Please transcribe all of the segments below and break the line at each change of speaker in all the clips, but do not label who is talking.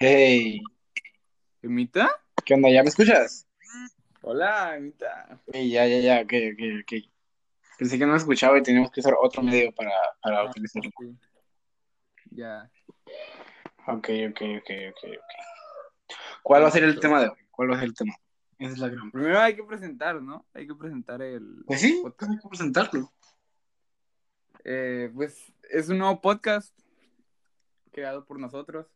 Hey,
¿Emita?
¿qué onda? ¿Ya me escuchas?
Hola, Emita.
Ey, ya, ya, ya, ok, ok, ok. Pensé que no me escuchaba y teníamos que usar otro medio para, para utilizarlo.
Sí. Ya.
Ok, ok, ok, ok, ok. ¿Cuál va a ser el tema de hoy? ¿Cuál va a ser el tema? Esa es la gran pregunta.
Primero hay que presentar, ¿no? Hay que presentar el
Pues sí,
podcast.
tengo que presentarlo.
Eh, pues es un nuevo podcast creado por nosotros.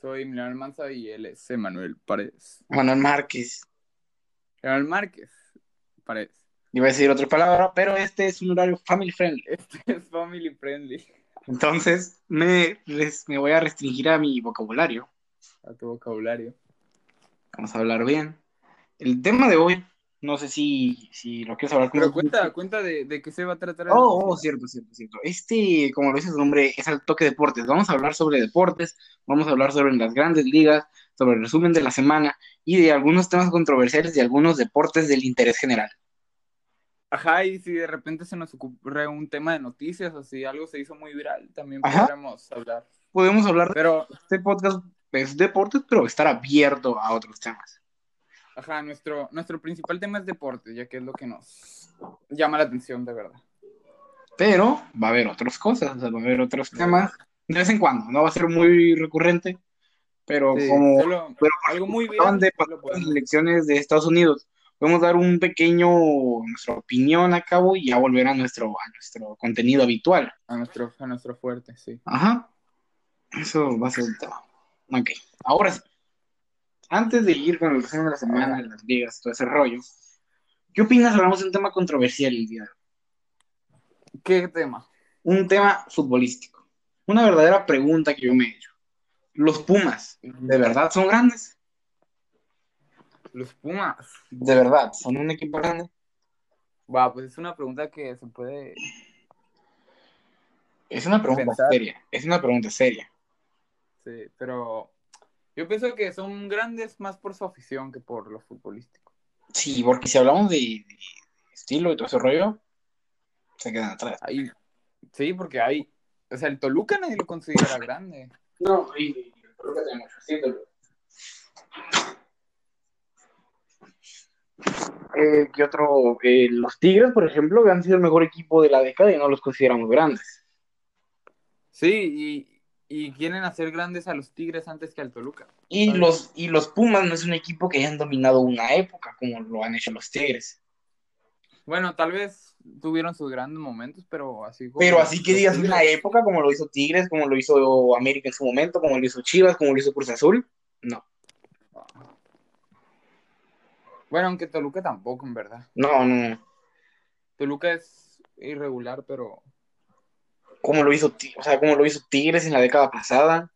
Soy Emiliano Almanza y él es Emanuel Paredes.
Manuel Márquez.
Emanuel Márquez Paredes.
Iba a decir otra palabra, pero este es un horario family friendly.
Este es family friendly.
Entonces, me, res- me voy a restringir a mi vocabulario.
A tu vocabulario.
Vamos a hablar bien. El tema de hoy, no sé si, si lo quieres hablar con
Pero cuenta, cuenta de, de qué se va a tratar. el-
Oh, oh, cierto, cierto, cierto. Este, como lo dice su nombre, es al toque deportes. Vamos a hablar sobre deportes, vamos a hablar sobre las grandes ligas, sobre el resumen de la semana y de algunos temas controversiales de algunos deportes del interés general.
Ajá, y si de repente se nos ocurre un tema de noticias o si algo se hizo muy viral, también
Ajá.
podremos hablar.
Podemos hablar de
Pero
este podcast, es deportes, pero estar abierto a otros temas.
Ajá, nuestro, nuestro principal tema es deporte, ya que es lo que nos llama la atención de verdad.
Pero va a haber otras cosas, o sea, va a haber otros
Sí.
temas de vez en cuando. No va a ser muy recurrente, pero
Sí,
como
solo
pero
algo muy viral
acaban de pasar
lo
pues, las
podemos.
elecciones de Estados Unidos. Podemos dar un pequeño, nuestra opinión a cabo y ya volver a nuestro, a nuestro contenido habitual.
A nuestro, a nuestro fuerte, sí.
Ajá, eso va a ser el tema. Ok, ahora sí, antes de ir con el resumen de la semana, de las ligas, todo ese rollo, ¿qué opinas? Hablamos de un tema controversial el día de hoy.
¿Qué tema?
Un tema futbolístico. Una verdadera pregunta que yo me he hecho. ¿Los Pumas de verdad son grandes?
Los Pumas.
De verdad, son un equipo grande.
Va, pues es una pregunta que se puede...
Es una pregunta
Pensar.
seria, es una pregunta seria.
Sí, pero yo pienso que son grandes más por su afición que por lo futbolístico.
Sí, porque si hablamos de, de estilo y todo ese rollo, se quedan atrás.
Ahí, sí, porque hay... O sea, el Toluca nadie lo considera grande.
No, y creo que tenemos Eh, ¿Qué otro? Eh, los Tigres, por ejemplo, que han sido el mejor equipo de la década y no los consideramos grandes.
Sí, y, y quieren hacer grandes a los Tigres antes que al Toluca.
Y
Ay.
los, y los Pumas no es un equipo que hayan dominado una época como lo han hecho los Tigres.
Bueno, tal vez tuvieron sus grandes momentos, pero así como
Pero así que
los
digas una
Tigres,
época como lo hizo Tigres, como lo hizo América en su momento, como lo hizo Chivas, como lo hizo Cruz Azul, no.
Bueno, aunque Toluca tampoco, en verdad.
No, no, no.
Toluca es irregular, pero
Como lo hizo, Ti- o sea, como lo hizo Tigres en la década pasada.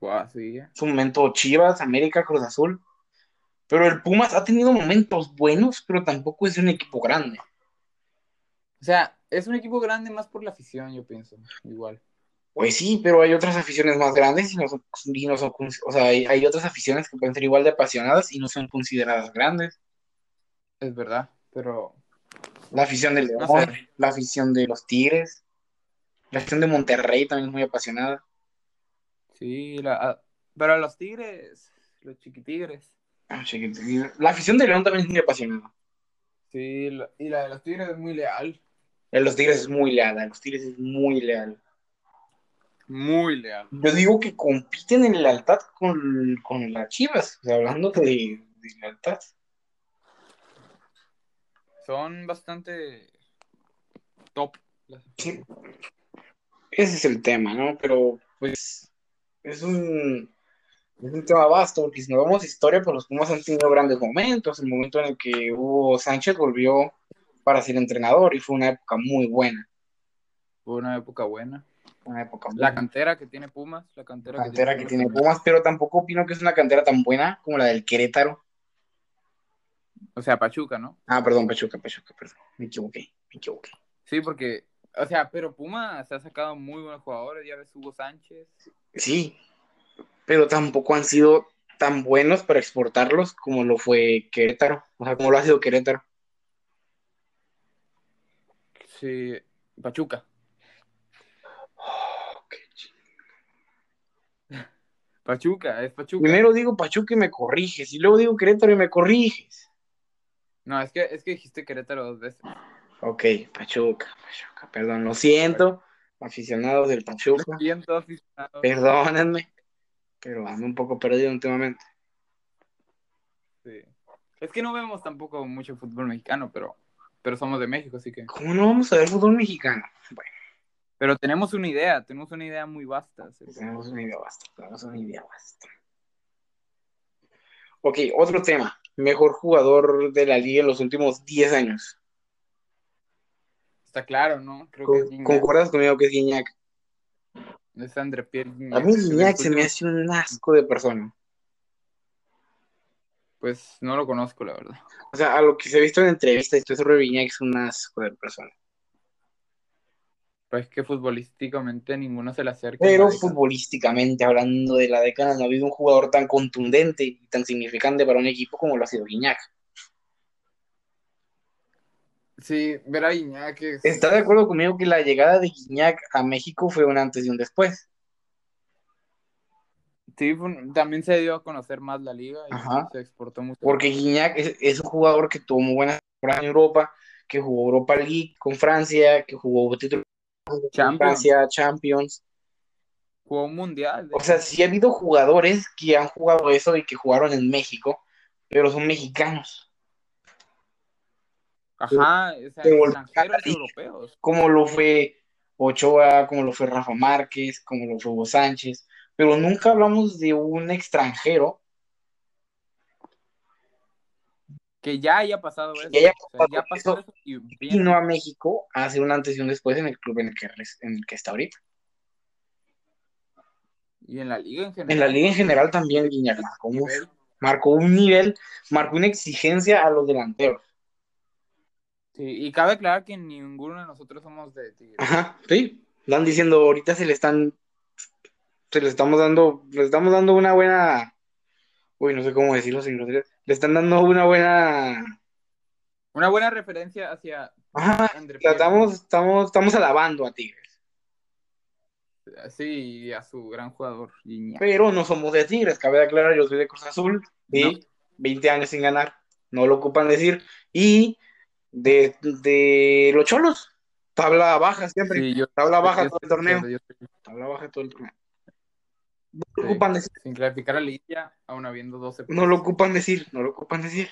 guau, sí, eh.
su momento Chivas, América, Cruz Azul. Pero el Pumas ha tenido momentos buenos, pero tampoco es un equipo grande.
O sea, es un equipo grande más por la afición, yo pienso. Igual.
Pues sí, pero hay otras aficiones más grandes y no son, y no son con- o sea, hay, hay otras aficiones que pueden ser igual de apasionadas y no son consideradas grandes.
Es verdad, pero
La afición del León,
no sé.
la afición de los Tigres, la afición de Monterrey también es muy apasionada.
Sí, la... ah, pero los Tigres, los chiquitigres.
Ah, chiquitito. La afición de León también es muy apasionada.
Sí, la- y la de los Tigres es muy leal.
Eh, Los Tigres es muy leal, a los Tigres es muy leal.
Muy leal.
Yo digo que compiten en lealtad con, con las Chivas, o sea, hablando de, de lealtad.
Son bastante top. las
Sí, ese es el tema, ¿no? Pero pues es un, es un tema vasto, porque si nos vamos a historia, pues los Pumas han tenido grandes momentos, el momento en el que Hugo Sánchez volvió para ser entrenador y fue una época muy buena,
Fue una época buena.
una época muy
La
buena.
cantera que tiene Pumas, la cantera,
Cantera que
que
tiene
tiene Pumas.
Pumas, pero tampoco opino que es una cantera tan buena como la del Querétaro.
O sea, Pachuca, ¿no?
Ah, perdón, Pachuca, Pachuca, perdón, me equivoqué, me equivoqué.
Sí, porque, o sea, pero Pumas ha sacado muy buenos jugadores, ya ves Hugo Sánchez.
Sí, pero tampoco han sido tan buenos para exportarlos como lo fue Querétaro, o sea, como lo ha sido Querétaro.
Sí, Pachuca. Pachuca, es Pachuca.
Primero digo Pachuca y me corriges, y luego digo Querétaro y me corriges.
No, es que, es que dijiste Querétaro dos veces.
Ah. Ok, Pachuca, Pachuca, perdón, lo siento, aficionados del Pachuca,
Bien, todo aficionado.
perdónenme, pero ando un poco perdido últimamente.
Sí. Es que no vemos tampoco mucho fútbol mexicano, pero, pero somos de México, así que.
¿Cómo no vamos a ver fútbol mexicano?
Pero tenemos una idea, tenemos una idea muy vasta. sí.
Tenemos una idea basta, tenemos una idea basta. Ok, otro tema. Mejor jugador de la liga en los últimos 10 años.
Está claro, ¿no? Creo que
Con-
es Gignac.
¿Concuerdas conmigo que es Guiñac?
Es André Pierre
A
Gignac.
mí
Es el
Guiñac se
último.
me hace un asco de persona.
Pues no lo conozco, la verdad.
O sea, a lo que se ha visto en entrevistas, estoy seguro que Guiñac es un asco de persona.
Pues que futbolísticamente ninguno se le acerca. en la
Pero
década.
futbolísticamente, hablando de la década, no ha habido un jugador tan contundente y tan significante para un equipo como lo ha sido Guiñac.
Sí, ver a Gignac es-
¿Estás de acuerdo conmigo que la llegada de Guiñac a México fue un antes y un después?
Sí, fue un- también se dio a conocer más la liga y pues,
Ajá.
se exportó mucho.
porque Guiñac es, es un jugador que tuvo muy buena temporada en Europa, que jugó Europa League con Francia, que jugó título con
Champions.
Francia, Champions.
Jugó un mundial. de
O sea, sí ha habido jugadores que han jugado eso y que jugaron en México, pero son mexicanos.
Ajá, o sea,
Se volvió
extranjeros
liga.
europeos.
Como lo fue Ochoa, como lo fue Rafa Márquez, como lo fue Hugo Sánchez, pero nunca hablamos de un extranjero
Que ya haya pasado eso.
ya haya
o sea, ya
pasado
pasó eso y
que
bien.
vino a México a hacer un antes y un después en el club en el que, en el que está ahorita.
Y en la liga en general.
En la liga en general también Guiñac marcó mucho. marcó un nivel, marcó una exigencia a los delanteros.
Sí, y cabe aclarar que ninguno de nosotros somos de Tigres.
Ajá, sí. Están diciendo, ahorita se le están, se le estamos dando, le estamos dando una buena, uy, no sé cómo decirlo sin groserías. le están dando una buena,
Una buena referencia hacia
ajá,
André Pierre.
tratamos, estamos, estamos alabando a Tigres,
Sí, y a su gran jugador, Gignac.
pero no somos de Tigres, cabe aclarar, yo soy de Cruz Azul, y
No.
20 años sin ganar, no lo ocupan decir, y de, de los cholos, tabla baja siempre,
Sí, yo-
tabla baja
yo-
todo el torneo,
yo- yo-
tabla baja todo el torneo.
sí.
lo ocupan decir,
Sin clasificar a Liga, aún habiendo 12
no lo ocupan decir, no lo ocupan decir.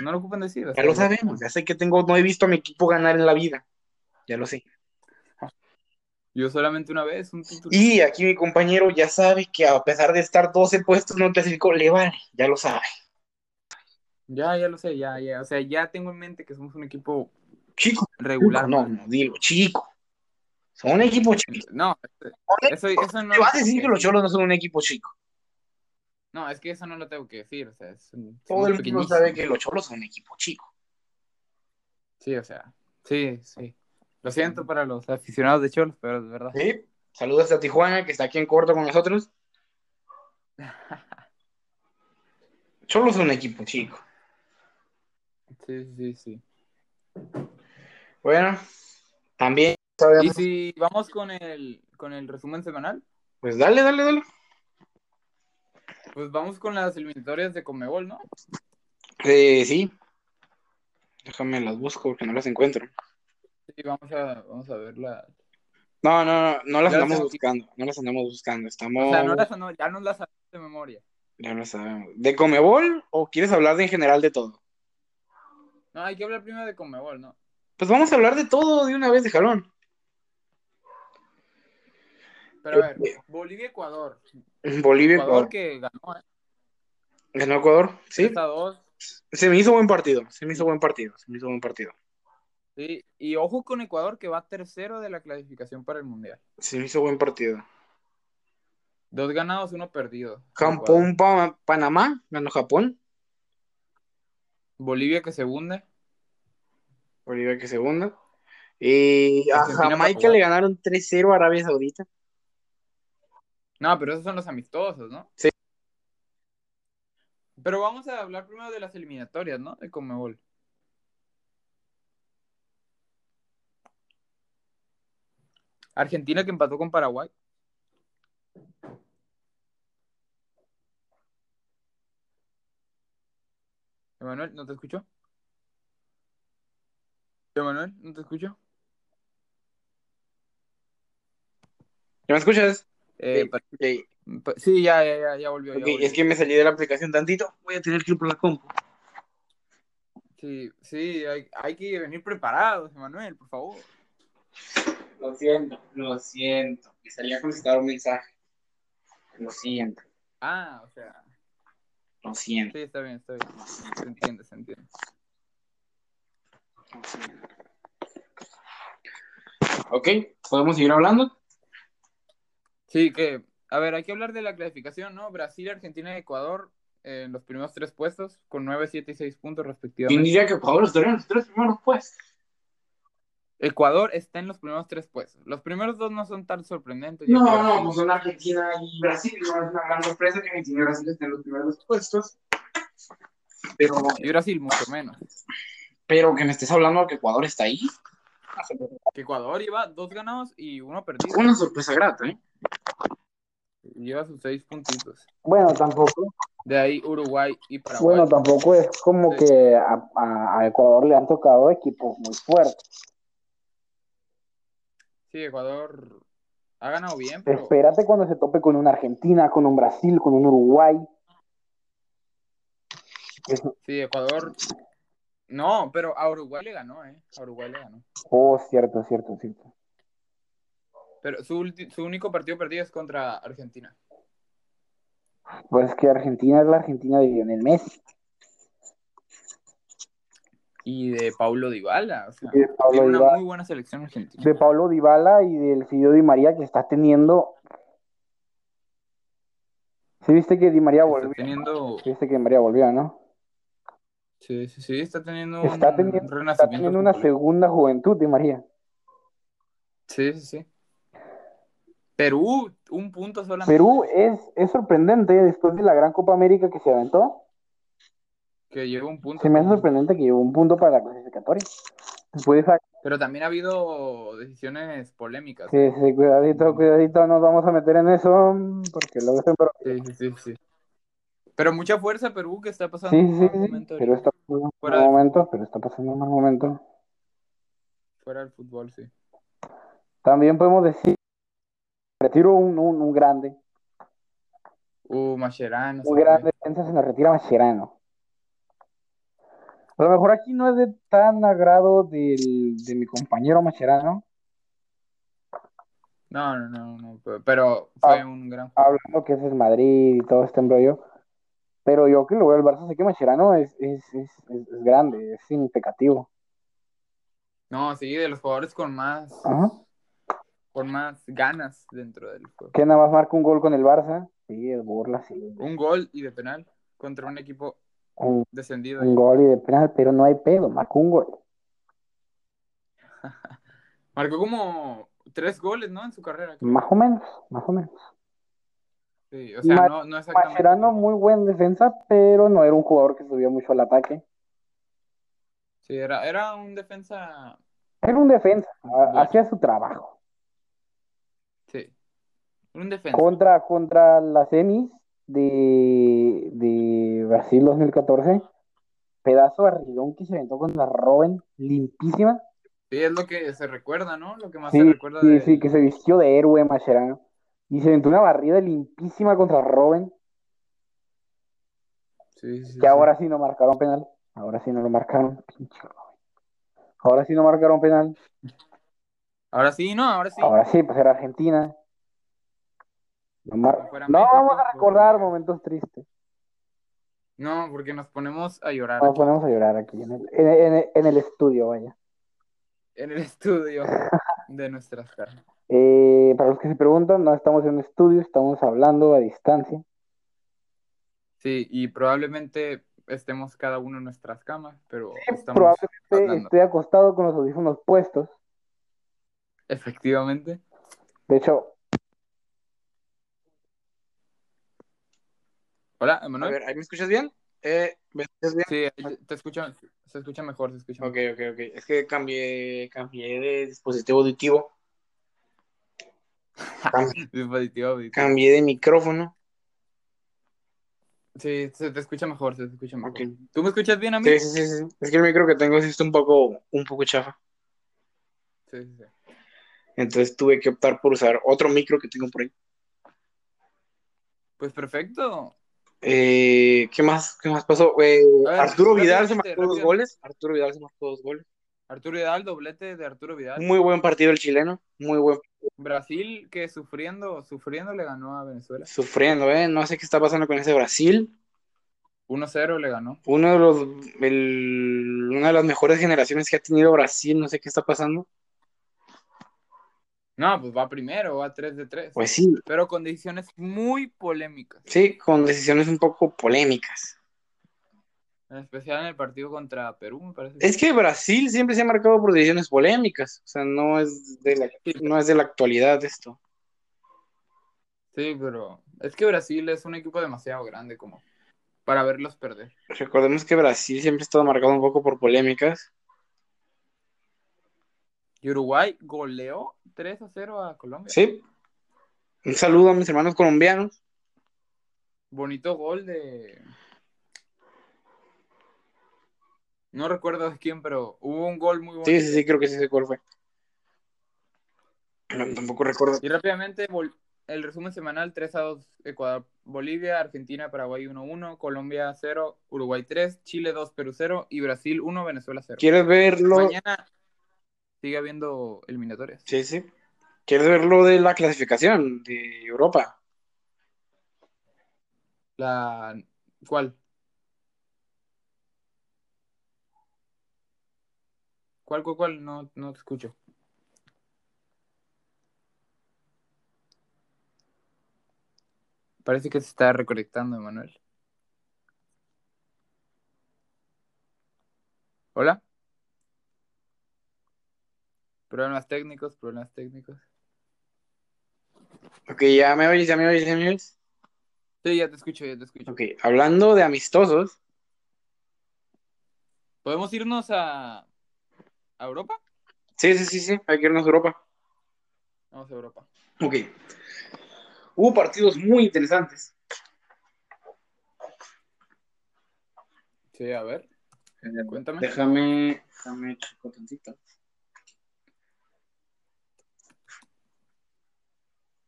No lo ocupan decir. o
Ya
sea,
lo sabemos, ya sé que tengo, no he visto a mi equipo ganar en la vida, ya lo sé.
Yo solamente una vez, un título.
Y aquí mi compañero ya sabe que a pesar de estar 12 puestos no clasificó, le vale, ya lo sabe.
Ya, ya lo sé, ya, ya. O sea, ya tengo en mente que somos un equipo
Chico,
regular.
no, no, dilo, chico. Son un equipo chico.
No, este- eso, eso no.
Te
lo
vas a
tengo
decir
que
que los cholos no son un equipo chico.
No, es que eso no lo tengo que decir. O sea, es un- somos
Todo el mundo sabe
pequeñísimos.
que los cholos son un equipo chico.
Sí, o sea, sí, sí. Lo siento para los aficionados de Cholos, pero es verdad.
¿Sí? Saludos a Tijuana, que está aquí en corto con nosotros. Cholos son un equipo chico.
Sí, sí, sí.
Bueno, también sabemos.
Y si vamos con el, con el resumen semanal,
Pues dale, dale, dale.
pues vamos con las eliminatorias de Comebol, ¿no?
Eh, sí. Déjame las busco porque no las encuentro.
Sí, vamos a, vamos a ver la...
No, no, no, no las
Ya las
andamos
tengo.
buscando. No las andamos buscando. Estamos.
O sea, no las, no, ya no las sabemos de memoria.
Ya lo sabemos. ¿De Comebol o quieres hablar de en general de todo?
No, hay que hablar primero de Comebol, ¿no?
Pues vamos a hablar de todo de una vez de jalón.
Pero a ver, Bolivia-Ecuador.
Bolivia,
Ecuador
Ecuador.
que ganó, ¿eh?
Ganó Ecuador. Sí.
3 a 2.
Se me hizo buen partido. Se me hizo buen partido. Se me hizo buen partido.
Sí. Y ojo con Ecuador que va tercero de la clasificación para el Mundial.
Se me hizo buen partido.
Dos ganados, uno perdido. Ecuador.
Japón, Pa- Panamá. Ganó Japón.
Bolivia que se hunde.
Bolivia que segunda. Y a
Argentina,
Jamaica
Paraguay.
le ganaron 3-0 a Arabia Saudita.
No, pero esos son los amistosos, ¿no?
Sí.
Pero vamos a hablar primero de las eliminatorias, ¿no? De Comebol. Argentina que empató con Paraguay. Emanuel, ¿no te escucho? Emanuel, ¿no te escucho?
¿Ya me escuchas?
Eh,
Sí.
pa-
Ok,
pa- sí, ya, ya, ya, ya volvió. ya
ok,
volvió.
es que me salí de la aplicación tantito. Voy a tener que ir por la compu.
Sí, sí, hay, hay que venir preparados, Emanuel, por favor.
Lo siento, lo siento. Me salía a contestar un mensaje. Lo siento,
Ah, o sea,
lo siento,
sí, está bien, está bien.
lo siento.
Se entiende, se entiende.
Ok, podemos seguir hablando.
Sí, que, a ver, hay que hablar de la clasificación, ¿no? Brasil, Argentina y Ecuador eh, en los primeros tres puestos, con 9, 7 y 6 puntos
¿Quién
respectivamente.
diría que Ecuador estaría en los tres primeros puestos?
Ecuador está en los primeros tres puestos. Los primeros dos no son tan sorprendentes. ya
No,
que
no,
Brasil-
pues son Argentina y Brasil. No es una gran sorpresa que Argentina y Brasil estén en los primeros puestos. Pero,
Y Brasil, mucho menos.
pero que me estés hablando que Ecuador está ahí.
Que Ecuador lleva dos ganados y uno perdido.
Una sorpresa grata, ¿eh?
Lleva sus seis puntitos.
Bueno, tampoco,
De ahí Uruguay y Paraguay.
bueno, tampoco es como
Sí.
que a, a- a Ecuador le han tocado equipos muy fuertes.
Sí, Ecuador ha ganado bien, pero
Espérate cuando se tope con una Argentina, con un Brasil, con un Uruguay. Eso-
sí, Ecuador. No, pero a Uruguay le ganó, ¿eh? A Uruguay le ganó.
Oh, cierto, cierto, cierto.
Pero su, ulti- su único partido perdido es contra Argentina.
Pues que Argentina es la Argentina de Lionel Messi.
Y de Paulo Dybala. O sea,
De Pablo,
tiene una
Dybala,
muy buena selección argentina.
de Pablo Dybala y del Silvio Di María que está teniendo. ¿Sí viste que Di María
Está
volvió?
teniendo.
Sí viste que Di María volvió, ¿no?
Sí, sí, sí, está teniendo un
Está teniendo-
renacimiento.
Está teniendo una
futbolístico.
segunda juventud, Di María.
Sí, sí, sí. Perú, un punto solamente.
Perú es, es sorprendente después de la gran Copa América que se aventó.
Que lleva un punto.
Se me hace sorprendente que llevó un punto para la clasificatoria. Después de esa-
Pero también ha habido decisiones polémicas.
sí, sí, cuidadito, cuidadito, nos vamos a meter en eso porque luego se
Sí, sí, sí, sí. Pero mucha fuerza Perú que está pasando
Sí,
un
sí,
mal
sí,
momento
pero
ahorita,
está pasando un
Fuera
mal
de-
momento, pero está pasando un mal momento.
fuera del fútbol, sí.
También podemos decir, retiro un, un, un grande,
Uh, Mascherano.
un
se
gran defensa se nos retira Mascherano. A lo mejor aquí no es de tan agrado del- de mi compañero Mascherano,
fue. No, no, no, no, pero- pero fue
Ah.
un gran juego.
hablando que es el Madrid y todo este embrollo, pero yo que lo veo al Barça sé que Mascherano es, es, es, es- es grande, es significativo.
No, sí, de los jugadores con más,
Ajá.
con más ganas dentro del juego.
Que nada más marca un gol con el Barça. Sí, el burla, sí.
Un gol y de penal contra un equipo
Un,
descendido.
un gol y de penal, pero no hay pedo, marca un gol.
Marcó como tres goles, ¿no? En su carrera. creo.
Más o menos, más o menos.
Sí, o sea,
Ma-
no, no exactamente.
Mascherano, muy buen defensa, pero no era un jugador que subía mucho al ataque.
Sí, era, era un defensa.
Era un defensa,
Bueno.
ha- hacía su trabajo.
Sí. Un defensa.
Contra, contra las semis de, de Brasil 2014, pedazo de arreglón que se aventó contra Robben, limpísima.
Sí, es lo que se recuerda, ¿no? Lo que más se
Sí,
recuerda
sí,
de
sí, que se vistió de héroe Mascherano. Y se aventó una barrida limpísima contra Robben.
Sí, sí,
Que
sí.
ahora sí no marcaron penal. Ahora sí no lo marcaron. Pinche Robben. Ahora sí no marcaron penal.
Ahora sí, no, ahora sí.
Ahora sí, pues era Argentina. No, mar-
Fuera
No,
México, pues,
vamos a
por-
recordar momentos tristes.
No, porque nos ponemos a llorar
Nos ponemos a llorar aquí en el, en el- en el- en el estudio, vaya.
en el estudio de nuestras caras.
Eh, para los que se preguntan, no estamos en un estudio, estamos hablando a distancia.
Sí, y probablemente estemos cada uno en nuestras camas, pero estamos
Probablemente
hablando.
estoy acostado con los audífonos puestos.
efectivamente.
De hecho,
Hola,
A
Emanuel.
ver, ¿ahí me escuchas bien? Eh, ¿Me escuchas bien?
Sí, ahí te, te escucho, se escucha mejor, se escucha
Ok,
mejor.
ok, ok. Es que cambié, cambié de dispositivo auditivo. Cam-
Dispositivo auditivo.
cambié de micrófono.
Sí, se te escucha mejor, se te escucha mejor.
Ok.
¿Tú me escuchas bien a mí?
Sí, sí, sí, sí. Es que el micro que tengo sí está un poco, un poco chafa.
Sí, sí, sí.
Entonces tuve que optar por usar otro micro que tengo por ahí.
Pues perfecto.
Eh, ¿qué más, qué más pasó? Eh,
A ver,
Arturo Vidal se
rápidamente,
marcó dos
rápidamente.
goles. Arturo Vidal se marcó dos goles.
Arturo Vidal, doblete de Arturo Vidal.
Muy buen partido el chileno. Muy buen.
Brasil que sufriendo, sufriendo le ganó a Venezuela.
Sufriendo, ¿eh? No sé qué está pasando con ese Brasil.
1-0 le ganó.
Uno de los, el- una de las mejores generaciones que ha tenido Brasil. No sé qué está pasando.
No, pues va primero, va 3 de 3.
Pues sí,
Pero con decisiones muy polémicas.
sí, con decisiones un poco polémicas.
En especial en el partido contra Perú, me parece.
Es que Brasil siempre se ha marcado por decisiones polémicas. O sea, no es de la, no es de la actualidad esto.
Sí, pero es que Brasil es un equipo demasiado grande como para verlos perder.
Recordemos que Brasil siempre ha estado marcado un poco por polémicas.
Y Uruguay goleó 3 a 0 a Colombia.
Sí. Un saludo a mis hermanos colombianos.
Bonito gol de. No recuerdo de quién, pero hubo un gol muy bonito.
Sí, sí, sí, creo que sí sé cuál fue. No, tampoco recuerdo.
Y rápidamente, vol- el resumen semanal 3 a 2, Ecuador, Bolivia, Argentina, Paraguay 1-1, Colombia 0, Uruguay 3, Chile 2, Perú 0 y Brasil 1, Venezuela 0.
¿Quieres verlo?
Mañana sigue habiendo eliminatorias.
Sí, sí. ¿Quieres verlo de la clasificación de Europa?
La... ¿Cuál? ¿Cuál, cuál, cuál? No, no te escucho. Parece que se está reconectando, Emanuel. ¿Hola? Problemas técnicos, problemas técnicos.
Ok, ya me oyes, ya me oyes, ya me oyes.
Sí, ya te escucho, ya te escucho.
Ok, hablando de amistosos,
¿Podemos irnos a... a Europa?
sí, sí, sí, sí, hay que irnos a Europa.
Vamos a Europa.
Ok. Hubo partidos muy interesantes.
Sí, a ver, cuéntame.
Déjame, déjame checo tantito.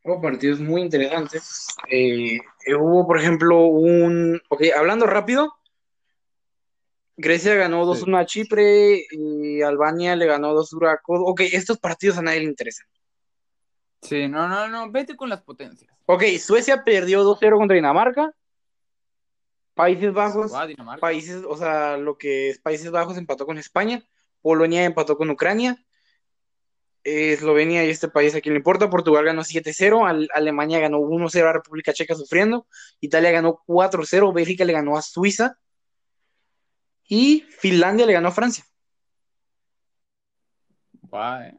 Hubo partidos muy interesantes. Eh, eh, hubo, por ejemplo, un. Ok, hablando rápido. Grecia ganó 2-1 a Chipre y Albania le ganó 2-1 a Kosovo. Ok, estos partidos a nadie le interesan.
Sí, no, no, no, vete con las potencias.
Ok, Suecia perdió 2-0 contra Dinamarca. Países Bajos.
Va, Dinamarca.
países, o sea, lo que es Países Bajos empató con España, Polonia empató con Ucrania, eh, Eslovenia y este país aquí no importa, Portugal ganó 7-0, Al- Alemania ganó 1-0 a República Checa sufriendo, Italia ganó 4-0, Bélgica le ganó a Suiza y Finlandia le ganó a Francia.
Va, eh.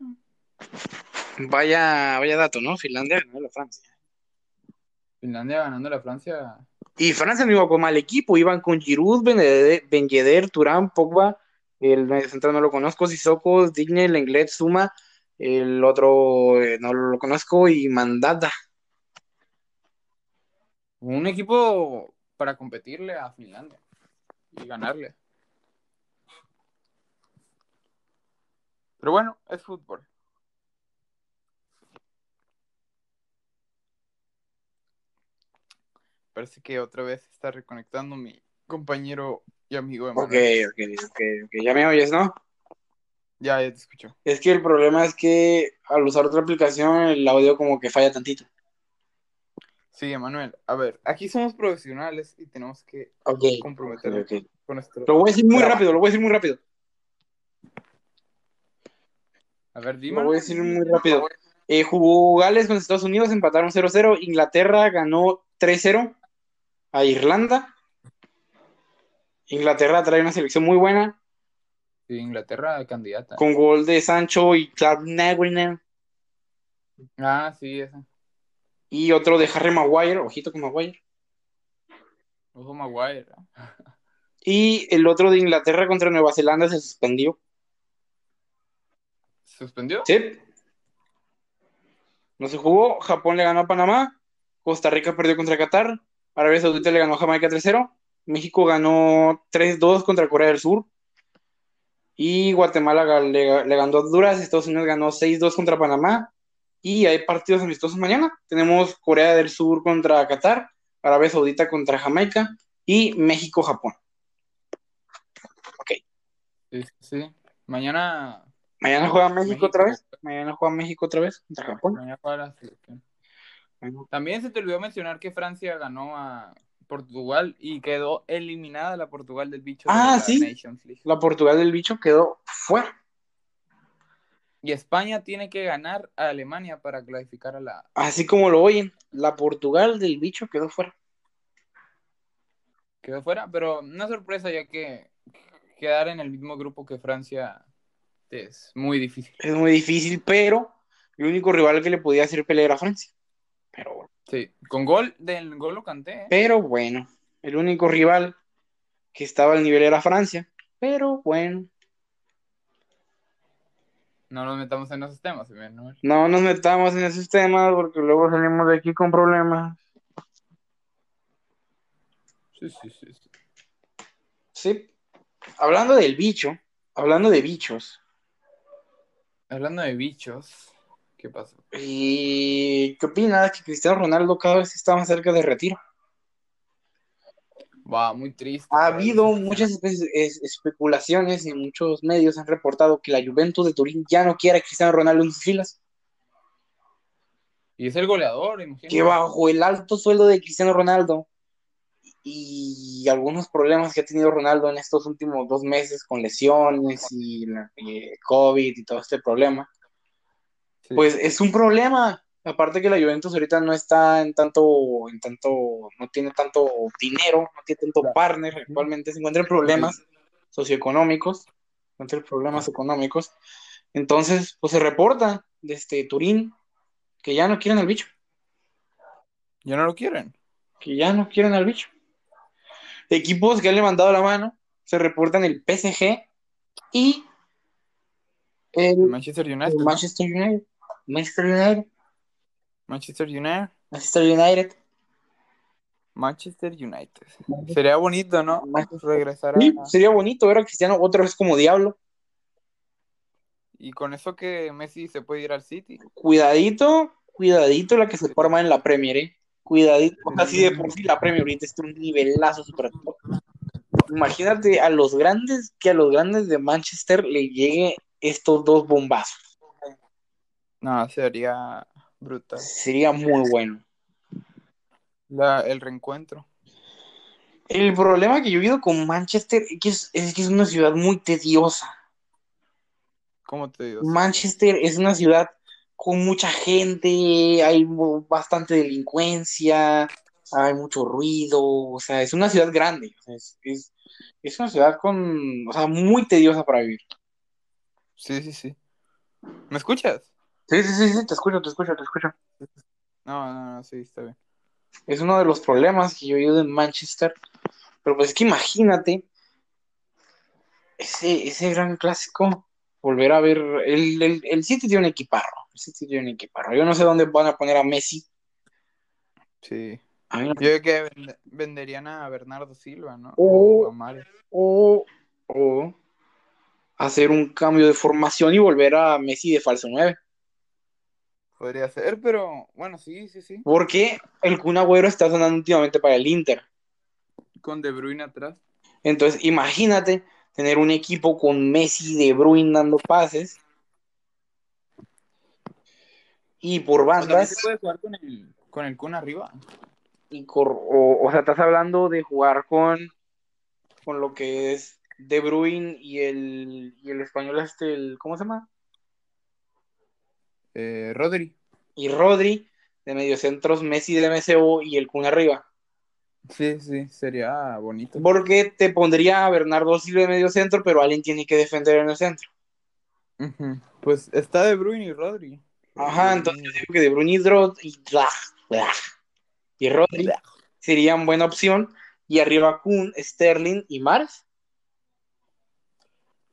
Vaya, vaya dato, ¿no? Finlandia ganó a la Francia.
Finlandia ganando la Francia.
Y Francia no iba con mal equipo, iban con Giroud, Benede- Ben Yedder, Turán, Pogba, el medio central no lo conozco, Sissoko, Digne, Lenglet, Suma, el otro eh, no lo conozco y Mandanda.
Un equipo para competirle a Finlandia y ganarle. Pero bueno, es fútbol. Parece que otra vez está reconectando mi compañero y amigo
Ok,
Emanuel.
ok, ok, ok, ya me oyes, ¿no?
Ya, ya te escucho.
Es que el problema es que al usar otra aplicación el audio como que falla tantito.
Sí, Emanuel, a ver, aquí somos profesionales y tenemos que
Ok,
comprometernos
ok.
con nuestro...
Lo voy a decir muy
Trabajo.
rápido, lo voy a decir muy rápido.
A ver, dime.
Lo voy a decir muy rápido. Eh, jugó Gales con Estados Unidos, empataron 0-0. Inglaterra ganó 3-0 a Irlanda. Inglaterra trae una selección muy buena
Sí, Inglaterra candidata.
con gol de Sancho y Clark Nagler
Ah, sí, esa.
y otro de Harry Maguire, ojito con Maguire.
Ojo Maguire.
Y el otro de Inglaterra contra Nueva Zelanda se suspendió.
¿Se ¿Suspendió?
Sí. No se jugó. Japón le ganó a Panamá. Costa Rica perdió contra Qatar. Arabia Saudita le ganó a Jamaica 3-0. México ganó 3-2 contra Corea del Sur. Y Guatemala ga- le, le ganó a Honduras. Estados Unidos ganó 6-2 contra Panamá. Y hay partidos amistosos mañana. Tenemos Corea del Sur contra Qatar, Arabia Saudita contra Jamaica y México-Japón.
Sí, sí, sí. Mañana.
Mañana juega México, otra vez. Mañana juega México otra vez contra Japón.
Mañana juega la selección.
Bueno,
También se te olvidó mencionar que Francia ganó a Portugal y quedó eliminada la Portugal del bicho de
Ah,
la
sí.
Nations League.
La Portugal del bicho quedó fuera.
Y España tiene que ganar a Alemania para clasificar a la.
Así como lo oyen, la Portugal del bicho quedó fuera.
Quedó fuera, pero una sorpresa ya que quedar en el mismo grupo que Francia es muy difícil.
Es muy difícil, pero el único rival que le podía hacer pelea era Francia. Pero bueno.
Sí, con gol del gol lo canté. ¿eh?
Pero bueno, el único rival que estaba al nivel era Francia. Pero bueno,
No nos metamos en esos temas, ¿no?
no nos metamos en esos temas porque luego salimos de aquí con problemas.
Sí, sí, sí. sí.
Sí, hablando del bicho, hablando de bichos,
Hablando de bichos, ¿qué pasó?
¿y ¿qué opinas que Cristiano Ronaldo cada vez está más cerca de retiro?
Va, muy triste.
Ha
pero-
habido muchas espe- es- especulaciones y muchos medios han reportado que la Juventus de Turín ya no quiere a Cristiano Ronaldo en sus filas.
Y es el goleador, imagínate.
que bajo el alto sueldo de Cristiano Ronaldo y algunos problemas que ha tenido Ronaldo en estos últimos dos meses con lesiones y, la- y COVID y todo este problema,
Sí.
pues es un problema. Aparte que la Juventus ahorita no está en tanto, en tanto, no tiene tanto dinero, no tiene tanto
Claro.
partner, actualmente se encuentra en problemas socioeconómicos, ante problemas económicos. Entonces, pues se reporta desde Turín que ya no quieren al bicho.
Ya no lo quieren.
que ya no quieren al bicho. Equipos que han levantado la mano, se reportan el PSG y
El
el,
Manchester United.
el
¿no?
Manchester United. Manchester United,
Manchester United.
Manchester United.
Manchester United. Sería bonito, ¿no?
Manchester-
Regresar a...
Sí, sería bonito ver a Cristiano otra vez como diablo.
Y con eso que Messi se puede ir al City.
Cuidadito, cuidadito la que se forma en la Premier, eh. Cuidadito, así de por sí la Premier ahorita está un nivelazo super top. Imagínate a los grandes, que a los grandes de Manchester le llegue estos dos bombazos.
No, sería brutal.
Sería muy bueno.
La- el reencuentro.
El problema que yo he vivido con Manchester es que es, es que es una ciudad muy tediosa.
¿Cómo te digo?
Manchester es una ciudad con mucha gente, hay mu- bastante delincuencia, hay mucho ruido, o sea, es una ciudad grande, o sea, es, es- es una ciudad con, o sea, muy tediosa para vivir.
Sí, sí, sí. ¿Me escuchas?
Sí, sí, sí, sí, te escucho, te escucho, te escucho.
No, no, no, sí, está bien.
Es uno de los problemas que yo he vivido en Manchester, pero pues es que imagínate ese, ese gran clásico, volver a ver, el, el, el City tiene un equiparro, el City tiene un equiparro. Yo no sé dónde van a poner a Messi.
Sí.
A mí no-
Yo creo que vend- venderían a Bernardo Silva, ¿no?
Oh.
O a Mario.
O, o hacer un cambio de formación y volver a Messi de falso 9.
Podría ser, pero bueno, sí, sí, sí.
Porque el Kun Agüero está sonando últimamente para el Inter.
Con De Bruyne atrás.
Entonces, imagínate tener un equipo con Messi de Bruyne dando pases. Y por
O también se
bandas.
puede jugar con el, con el Kun arriba.
y cor- o, o sea, estás hablando de jugar con, con lo que es De Bruyne y el, y el español este, el, ¿cómo se llama?
Eh, Rodri.
Y Rodri, de mediocentros, Messi de MCO y el Kun arriba.
Sí, sí, sería bonito.
Porque te pondría a Bernardo Silva de mediocentro, pero alguien tiene que defender en el centro.
Ujú. Pues está De Bruyne y Rodri. Eh,
Ajá, entonces yo digo que De Bruyne y, Dro- y, Dra- Dra- y Rodri serían buena opción. Y arriba Kun, Sterling y Mars.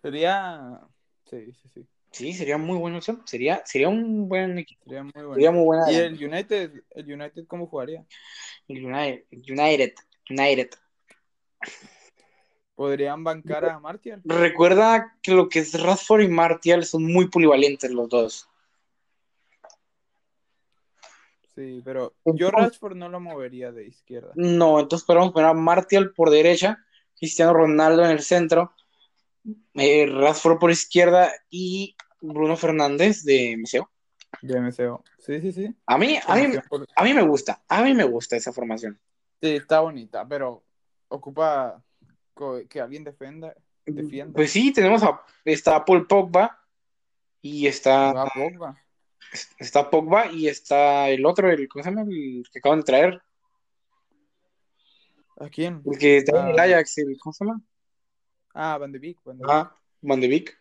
Sería. Sí, sí, sí.
Sí, sería muy buena opción. Sería, sería un buen equipo.
Sería muy bueno.
Sería muy buena.
¿Y el United? ¿El United cómo jugaría?
el United, United, United.
¿Podrían bancar a Martial?
Recuerda que lo que es Rashford y Martial son muy polivalentes los dos.
Sí, pero yo Rashford no lo movería de izquierda.
No, entonces podemos poner a Martial por derecha, Cristiano Ronaldo en el centro, eh, Rashford por izquierda y Bruno Fernández de Miseo.
De MCO. Sí, sí, sí.
A mí, a mí, a mí me gusta, a mí me gusta esa formación.
Sí, está bonita, pero ocupa co- que alguien defenda. defienda.
Pues sí, tenemos a está Paul Pogba y está,
Va Ah, Pogba.
está Pogba y está el otro, el, ¿cómo se llama? El que acaban de traer,
¿A quién?
el que está en el
Ah.
Ajax, el, ¿cómo se llama?
Ah, Van de Beek. Van de Beek.
Ajá, Van de Beek.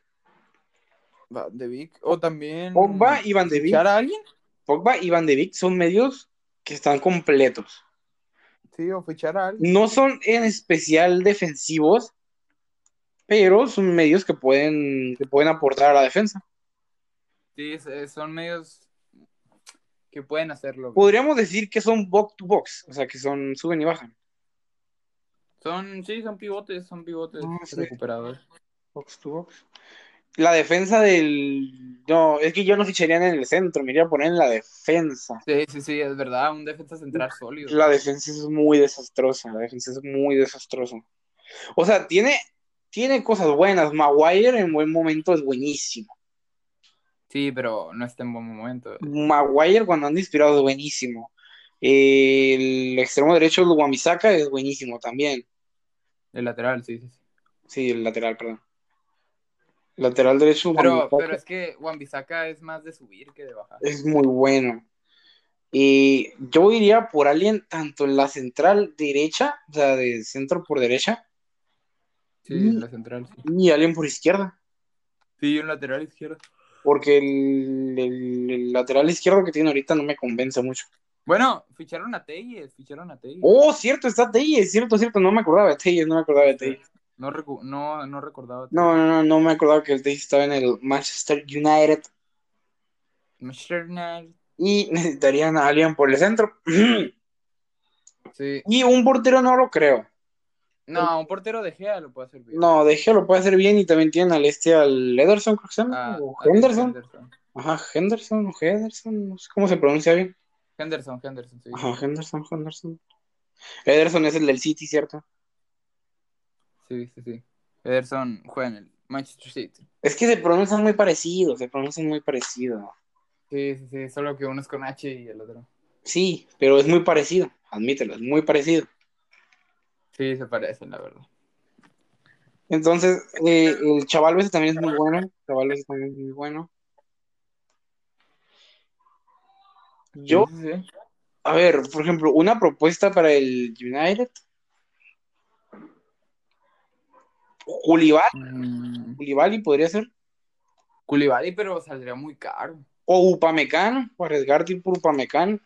Van de Beek. O también...
Pogba y Van de Beek.
¿Fichar a alguien?
Pogba y Van de Beek son medios que están completos.
Sí, o fichar a alguien.
No son en especial defensivos, pero son medios que pueden, que pueden aportar a la defensa.
Sí, es- eh, son medios que pueden hacerlo. güey.
Podríamos decir que son box to box, o sea, que son suben y bajan.
Son, sí, son pivotes, son pivotes
Ah, sí.
recuperadores.
Box to box. La defensa del. No, es que yo no ficharía en el centro, me iría a poner en la defensa.
Sí, sí, sí, es verdad, un defensa central sólido.
La defensa es muy desastrosa, la defensa es muy desastrosa. O sea, tiene, tiene cosas buenas. Maguire en buen momento es buenísimo.
Sí, pero no está en buen momento.
Maguire cuando anda inspirado es buenísimo. El extremo derecho de Guamisaka es buenísimo también.
El lateral, sí, sí. sí.
Sí, el lateral, perdón. Lateral derecho
Pero,
Wan-Bissaka
pero es que Wan-Bissaka es más de subir que de bajar.
es muy bueno. Y yo iría por alguien tanto en la central derecha, o sea, de centro por derecha,
Sí, la central, sí.
y alguien por izquierda.
Sí, un lateral izquierdo.
Porque el, el- el lateral izquierdo que tiene ahorita no me convence mucho.
Bueno, ficharon a Telles, ficharon a Telles.
Oh, cierto, está Telles, cierto, cierto. No me acordaba de Telles, no me acordaba de Telles.
No, recu- no, no recordaba. a Telles.
No, no, no, no me acordaba que el Telles estaba en el Manchester United
Manchester United.
y necesitarían a alguien por el centro.
Sí.
Y un portero no lo creo.
No, un portero de Gea lo puede hacer bien.
No, de Gea lo puede hacer bien y también tienen al este al Ederson, creo que se llama,
A-
o
a
Henderson.
Ah, Henderson.
Ajá, Henderson o Henderson, no sé cómo se pronuncia bien.
Henderson, Henderson, sí.
Ajá, Henderson, Henderson. Ederson es el del City, ¿cierto?
Sí, sí, sí. Ederson juega en el Manchester City.
Es que se pronuncian muy parecidos, se pronuncian muy parecido.
Sí, sí, sí. Solo que uno es con H y el otro.
Sí, pero es muy parecido, admítelo, es muy parecido.
Sí, se parecen, la verdad.
Entonces, eh, el chaval ese también es muy bueno. El chaval ese también es muy bueno. Yo,
Sí, sí, sí.
a ver, por ejemplo, una propuesta para el United. Julibal,
Mm,
Julibali podría ser.
Koulibaly, pero saldría muy caro.
O Upamecano, o arriesgarte ir por Upamecano.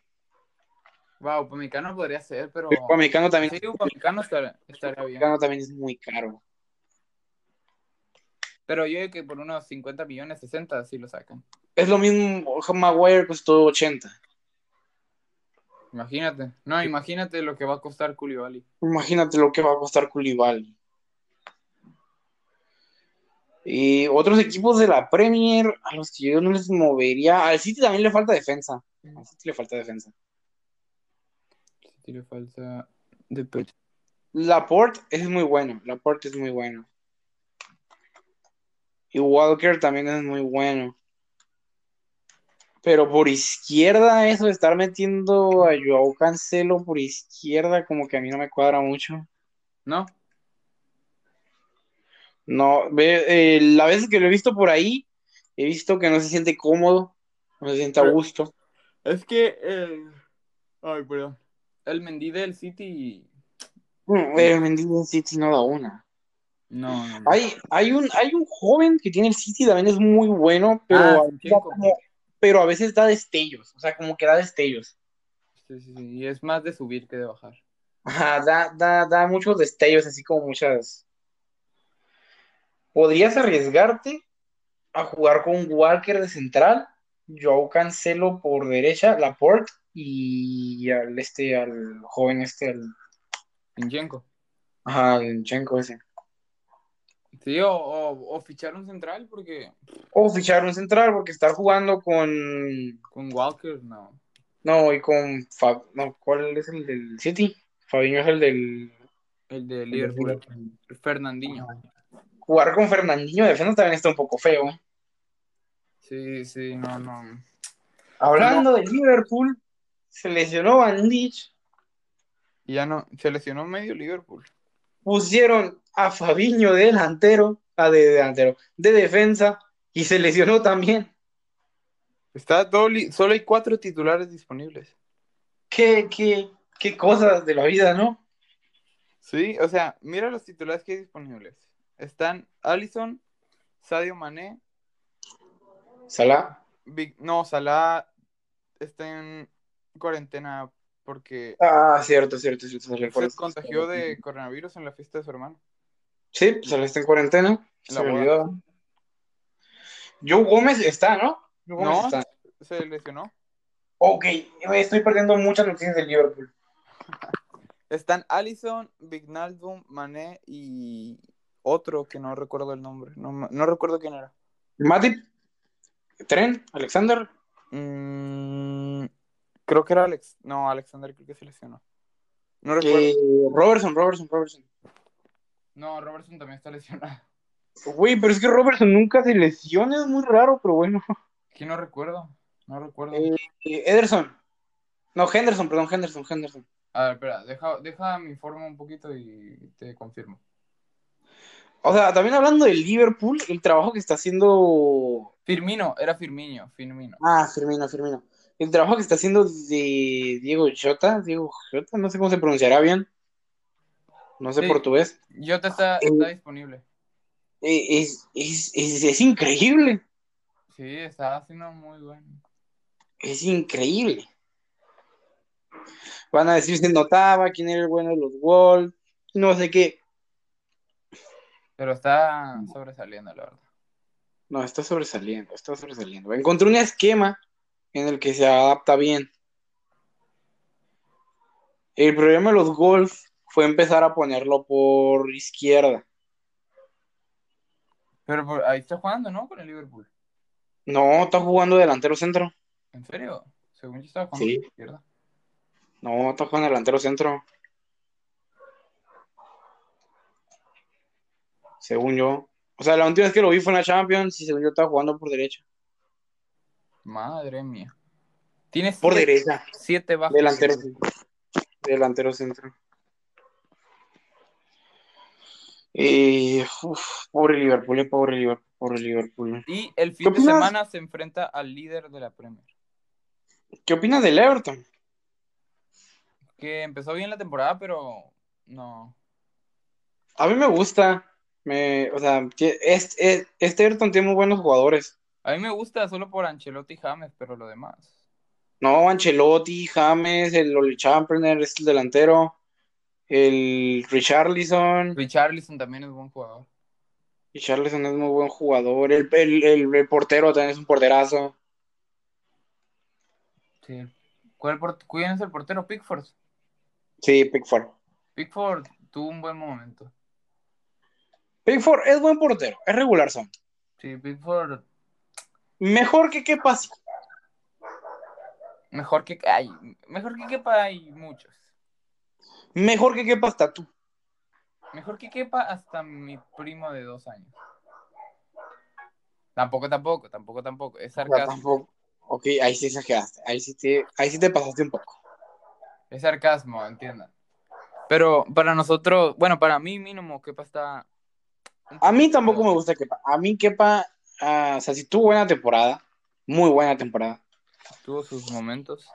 Wow, Upamecano podría ser, pero...
Upamecano también,
Sí, Upamecano estar- estaría bien.
Upamecano también es muy caro.
Pero yo creo que por unos 50 millones, 60, sí lo sacan.
Es lo mismo, Maguire costó 80.
Imagínate. No, imagínate lo que va a costar Koulibaly.
Imagínate lo que va a costar Koulibaly. Y otros equipos de la Premier a los que yo no les movería. Al City también le falta defensa. Al City le falta defensa.
Si le falta... De pe-
Laporte es muy bueno. Laporte es muy bueno. Y Walker también es muy bueno. Pero por izquierda, eso de estar metiendo a Joao Cancelo por izquierda, como que a mí no me cuadra mucho.
¿No?
No, ve, eh, la vez que lo he visto por ahí, he visto que no se siente cómodo, no se siente a
Pero-
gusto.
Es que... eh, Ay, perdón. El Mendy del City...
Mm, Pero Mendy en City no da una.
No, no, no.
Hay, hay un, hay un joven que tiene el City, también es muy bueno, pero,
Ah,
a veces da
Zinchenko.
como- pero a veces da destellos, o sea, como que da destellos.
Sí, sí, sí. Y es más de subir que de bajar.
Ajá, da, da, da muchos destellos, así como muchas. Podrías arriesgarte a jugar con Walker de central, Joao Cancelo por derecha, Laporte y al este, al joven este, al
Inchenko.
ajá, al Inchenko ese.
Sí, o, o, o fichar un central porque
O fichar un central porque estar jugando con
con Walker no.
no y con Fa- no, ¿cuál es el del City? Fabiño es el del
El de Liverpool. Fernandinho.
jugar con Fernandinho de defensa también está un poco feo. ¿eh?
Sí, sí, no, no.
Hablando de Liverpool, se lesionó Van Dijk,
Y ya no, se lesionó medio Liverpool.
pusieron a Fabiño de delantero, a de delantero, de defensa y se lesionó también.
Está todo li- solo hay cuatro titulares disponibles.
Qué, qué, qué cosas de la vida, ¿no?
Sí, o sea, mira los titulares que hay disponibles. Están Allison, Sadio Mané,
Salah.
Vic- no, Salah está en cuarentena porque
Ah, cierto, cierto, cierto. me
se
recuerdo.
contagió de coronavirus en la fiesta de su hermano.
Sí, Salah está en cuarentena.
En
Se
la
me
boda.
olvidó. Joe Gómez está, ¿no? Joe Gómez
No.
está.
Se lesionó.
Ok, estoy perdiendo muchas noticias de Liverpool.
Están Allison, Vignaldum, Mané y otro que no recuerdo el nombre. No, me- no recuerdo quién era.
Matip, Tren, Alexander.
Mm, creo que era Alex. No, Alexander creo que se lesionó. No recuerdo.
eh, Robertson, Robertson, Robertson.
No, Robertson también está lesionado.
Güey, pero es que Robertson nunca se lesiona, es muy raro, pero bueno.
¿Quién no recuerdo? No recuerdo.
Eh, eh, Ederson. No, Henderson, perdón, Henderson, Henderson.
A ver, espera, deja, deja mi informe un poquito y te confirmo.
O sea, también hablando de Liverpool, el trabajo que está haciendo
Firmino, era Firmino, Firmino.
Ah, Firmino, Firmino. El trabajo que está haciendo de Diego Jota, Diego Jota, no sé cómo se pronunciará bien. No sé
Sí.
portugués.
Jota está, está disponible.
Eh, Es, es, es- es increíble.
Sí, está haciendo muy bueno.
Es increíble. Van a decir si notaba quién era el bueno de los Wolves, no sé qué.
Pero está sobresaliendo, la verdad.
No, está sobresaliendo, está sobresaliendo. Encontré un esquema en el que se adapta bien. El problema de los golf fue empezar a ponerlo por izquierda.
Pero por- ahí está jugando, ¿no? Con el Liverpool.
No, está jugando delantero centro.
¿En serio? Según yo estaba jugando
Sí.
por la izquierda.
No, está jugando delantero centro. Según yo. O sea, la última vez que lo vi fue en la Champions y según yo estaba jugando por derecha.
Madre mía. Tienes
Por
siete,
derecha.
siete bajas.
Delantero centro. Delantero centro. Eh, uf, pobre Liverpool, eh, pobre Liverpool, pobre Liverpool.
Y el
¿Qué
fin de
opinas?
semana se enfrenta al líder de la Premier.
¿Qué opinas del Everton?
Que empezó bien la temporada, pero no.
A mí me gusta. Me, o sea, tie- es- es- este Everton tiene muy buenos jugadores.
A mí me gusta solo por Ancelotti y James, pero lo demás.
No, Ancelotti, James, el Oli Champerner es el delantero, el Richarlison.
Richarlison también es buen jugador.
Richarlison es muy buen jugador. El, el- el- el portero también es un porterazo.
Sí. ¿Cuál por- ¿Quién es el portero? Pickford.
Sí, Pickford.
Pickford tuvo un buen momento.
Pickford es buen portero, es regular son.
Sí, Pickford
Mejor que Kepa, sí.
mejor que hay, mejor que Kepa hay muchos.
Mejor que Kepa hasta tú.
Mejor que Kepa hasta mi primo de dos años. Tampoco, tampoco, tampoco, tampoco. Es
O sea,
sarcasmo.
tampoco. Ok, ahí sí exageraste. Ahí sí te, ahí sí te pasaste un poco.
Es sarcasmo, entiendan. Pero para nosotros, bueno, para mí mínimo, Kepa está. un
A mí
poquito-
tampoco me gusta Kepa. A mí Kepa, ah, o sea, sí tuvo buena temporada, muy buena temporada.
Tuvo sus momentos.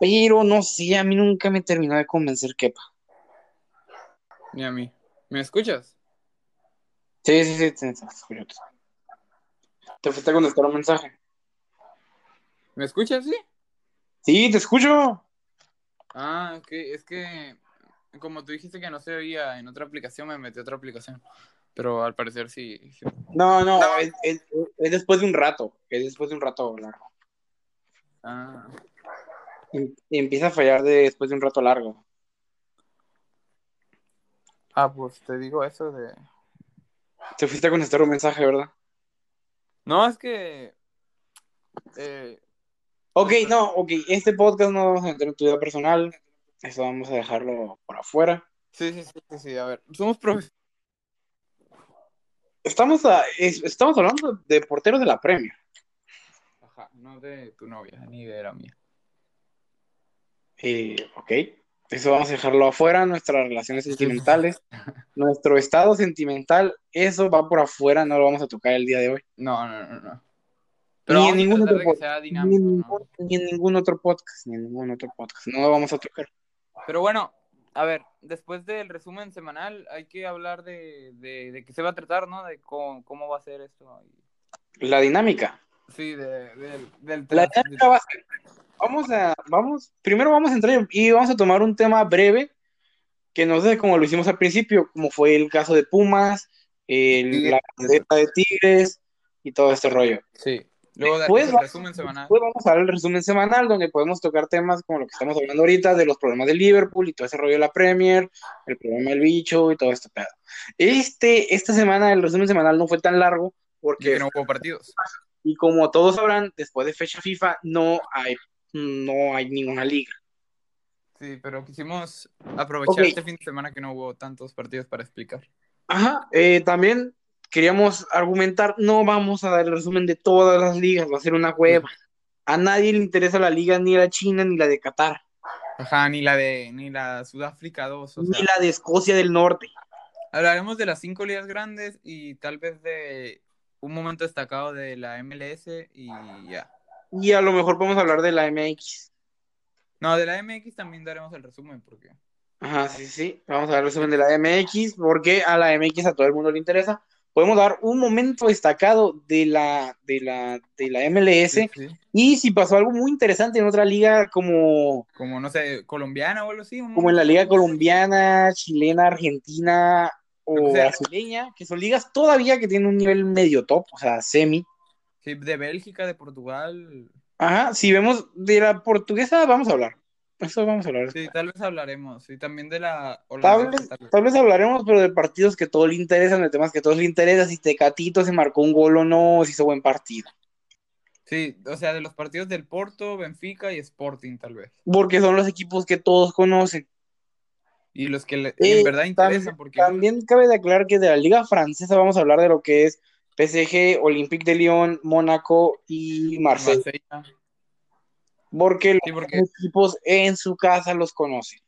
Pero no sé, a mí nunca me terminó de convencer Kepa.
Ni a mí. ¿Me escuchas?
Sí, sí, sí, te, te escucho, te escucho. Te fuiste a contestar un mensaje.
¿Me escuchas, sí?
Sí, te escucho.
Ah, ok. Es que, como tú dijiste que no se oía en otra aplicación, me metí a otra aplicación. Pero al parecer sí. sí.
No, no, Es, es- es después de un rato. Es después de un rato largo.
Ah,
Em- Empieza a fallar de- después de un rato largo.
ah, pues te digo eso de...
Te fuiste a contestar un mensaje, ¿verdad?
No, es que... eh,
Ok, no, ok. Este podcast no vamos a entrar en tu vida personal. Eso vamos a dejarlo por afuera.
sí, sí, sí, sí, sí, a ver. Somos profes...
Estamos, a- es- estamos hablando de porteros de la Premier.
Ajá, no de tu novia, ni de la mía.
Eh, ok. Eso vamos a dejarlo afuera, nuestras relaciones sentimentales, nuestro estado sentimental, eso va por afuera, no lo vamos a tocar el día de hoy.
No, no, no, no.
Ni en
vamos a
ningún
tratar
otro
de
pod-
que sea
Ni
dinámico,
en,
¿no?
ningún, ni en ningún otro podcast, ni en ningún otro podcast, no lo vamos a tocar.
Pero bueno, a ver, después del resumen semanal hay que hablar de, de, de qué se va a tratar, ¿no? De cómo, cómo va a ser esto.
La dinámica.
Sí, de, del, del
La
trans-
dinámica va a ser, vamos a, vamos, primero vamos a entrar y vamos a tomar un tema breve que no sé cómo lo hicimos al principio, como fue el caso de Pumas, el-
Sí.
la bandera de Tigres y todo este rollo.
Sí. Luego de
Después
el
va-
resumen semanal.
Después vamos a ver el resumen semanal donde podemos tocar temas como lo que estamos hablando ahorita de los problemas de Liverpool y todo ese rollo de la Premier, el problema del bicho y todo este pedo. Este, esta semana el resumen semanal no fue tan largo
ya
porque,
que no hubo partidos.
y como todos sabrán, después de fecha FIFA no hay, no hay ninguna liga.
Sí, pero quisimos aprovechar
Ok.
este fin de semana que no hubo tantos partidos para explicar.
Ajá, eh, también queríamos argumentar, no vamos a dar el resumen de todas las ligas, va a ser una hueva. A nadie le interesa la liga, ni la China, ni la de Qatar,
Ajá, ni la de ni la Sudáfrica 2, o sea.
ni la de Escocia del Norte.
Hablaremos de las cinco ligas grandes y tal vez de un momento destacado de la MLS y ya.
Y a lo mejor podemos hablar de la MX.
No, de la MX también daremos el resumen porque
Ajá, sí, sí. Vamos a ver el resumen de la MX, porque a la MX a todo el mundo le interesa. Podemos dar un momento destacado de la, de la, de la MLS.
Sí, sí.
Y si pasó algo muy interesante en otra liga, como,
como no sé, colombiana o algo así. un
como en la liga
momento.
colombiana, chilena, argentina
Lo
o
que sea.
brasileña, que son ligas todavía que tienen un nivel medio top, o sea, semi.
Sí, de Bélgica, de Portugal.
Ajá, si vemos de la portuguesa, vamos a hablar. Eso vamos a hablar.
Sí, tal vez hablaremos. Y también de la
Tal
holandesa,
vez,
tal vez.
tal vez hablaremos, pero de partidos que todo le interesan, de temas que a todos le interesan, si Tecatito se marcó un gol o no, si hizo buen partido.
Sí, o sea, de los partidos del Porto, Benfica y Sporting, tal vez.
Porque son los equipos que todos conocen.
Y los que le-
Eh,
en verdad interesan, porque
También cabe de aclarar que de la Liga Francesa vamos a hablar de lo que es PSG, Olympique de Lyon, Mónaco y Marsella,
Marsella.
porque
Sí, porque
los equipos en su casa los conocen.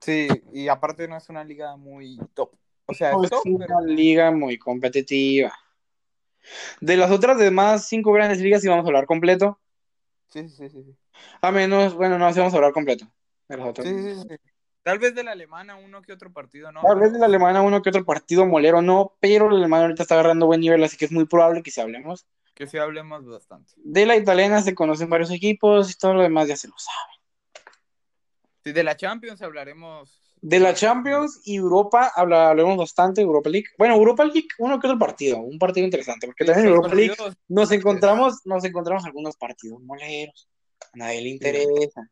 Sí, y aparte no es una liga muy top. O sea,
No,
es
Es
top,
una
Pues pero
liga muy competitiva. De las otras demás cinco grandes ligas, sí vamos a hablar completo.
sí, sí, sí, sí.
A menos, bueno, no, sí vamos a hablar completo. De los otros.
Sí, sí, sí. Tal vez de la alemana uno que otro partido, ¿no?
Tal vez de la alemana uno que otro partido molero no, pero la alemana ahorita está agarrando buen nivel, así que es muy probable que si hablemos.
Que sí hablemos bastante.
De la italiana se conocen varios equipos y todo lo demás ya se lo sabe.
Sí, de la Champions hablaremos.
De la Champions y Europa habla- hablemos bastante, Europa League. Bueno, Europa League, uno que otro partido, un partido interesante, porque
Sí,
también en
los
Europa League
partidos,
nos encontramos, nos encontramos algunos partidos moleros. A nadie le interesa.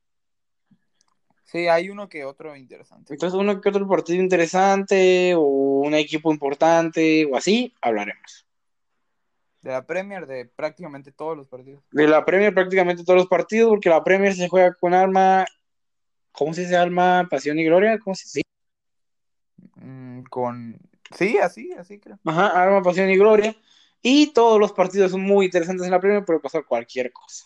Sí, hay uno que otro interesante.
Entonces, uno que otro partido interesante o un equipo importante o así, hablaremos.
De la Premier, de prácticamente todos los partidos.
De la Premier prácticamente todos los partidos, porque la Premier se juega con alma, ¿cómo se dice alma, pasión y gloria? ¿Cómo se dice?
Mm, con. Sí, así, así creo.
Ajá, alma, pasión y gloria. Y todos los partidos son muy interesantes en la Premier, pero pasar cualquier cosa.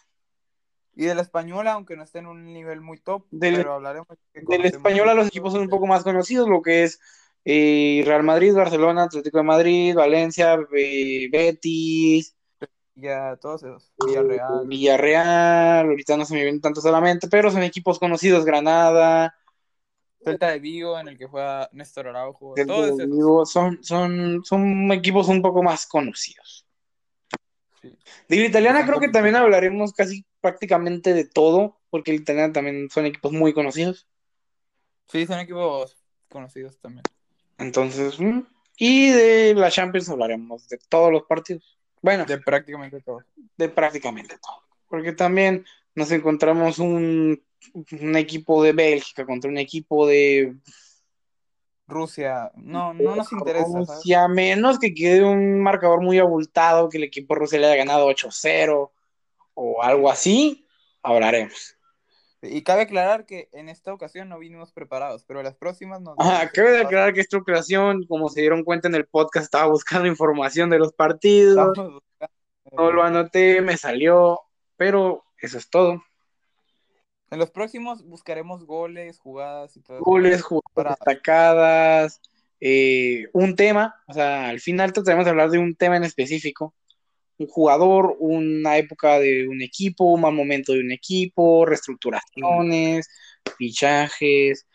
Y de la española, aunque no esté en un nivel muy top,
Del-
pero hablaremos. que
Del
conocemos
español a los
mucho.
equipos son un poco más conocidos, lo que es eh, Real Madrid, Barcelona, Atlético de Madrid, Valencia, eh, Betis,
Ya, todos esos.
Villarreal.
Villarreal.
ahorita no se me vienen tantos a la mente, pero son equipos conocidos, Granada,
Celta de Vigo, en el que juega Néstor Araujo.
Celta
Pues todos
de
esos.
Vigo, son, son, son equipos un poco más conocidos.
Sí.
De la italiana
Están
creo que
compitiendo.
también hablaremos casi prácticamente de todo, porque la italiana también son equipos muy conocidos.
Sí, son equipos conocidos también.
Entonces, mm, Y de la Champions hablaremos de todos los partidos. Bueno,
De prácticamente todo.
de prácticamente todo. Porque también nos encontramos un, un equipo de Bélgica contra un equipo de
Rusia. No, no nos interesa. ¿sabes?
Rusia, a menos que quede un marcador muy abultado, que el equipo ruso le haya ganado 8-0 o algo así, hablaremos.
Y cabe aclarar que en esta ocasión no vinimos preparados, pero las próximas nos.
Ajá, Ah, cabe de aclarar que esta ocasión, como se dieron cuenta en el podcast, estaba buscando información de los partidos,
Estamos buscando-
no lo anoté, me salió, pero eso es todo.
En los próximos buscaremos goles, jugadas y todo. eso.
goles, jugadas
Para-
destacadas, eh, un tema, o sea, al final trataremos de hablar de un tema en específico, un jugador, una época de un equipo, un mal momento de un equipo, reestructuraciones, fichajes,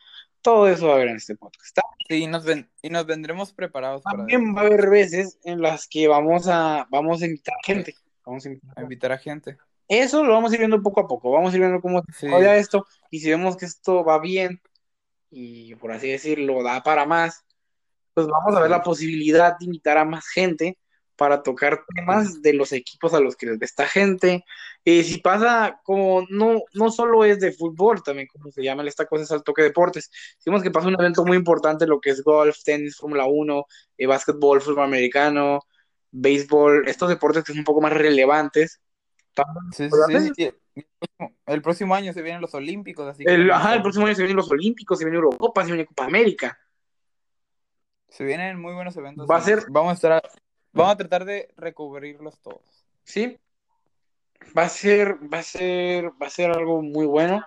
todo eso va a haber en este podcast.
Sí, y nos, ven- y nos vendremos preparados para
También va a haber veces en las que vamos a, vamos a invitar gente. Vamos a
a
invitar.
invitar a gente.
Eso lo vamos a ir viendo poco a poco, vamos a ir viendo cómo
Sí.
Oiga esto, y si vemos que esto va bien, y por así decirlo, da para más, pues vamos a ver la posibilidad de invitar a más gente para tocar temas de los equipos a los que les esta gente. Y si pasa, como no, no solo es de fútbol, también como se llama esta cosa, es al toque deportes. Si vemos que pasa un evento muy importante, lo que es golf, tenis, Fórmula 1, eh, básquetbol, fútbol americano, béisbol, estos deportes que son un poco más relevantes. también
Sí, sí,
Pues,
sí,
¿sabes?
sí. El próximo, el próximo año se vienen los Olímpicos, así que
El,
también
ajá, el
se-
próximo año se vienen los Olímpicos, se viene Eurocopa, se viene Copa América.
se vienen muy buenos eventos.
Va a ser-
Vamos a estar, a- vamos a tratar de recubrirlos todos.
Sí. Va a ser, va a ser, va a ser algo muy bueno.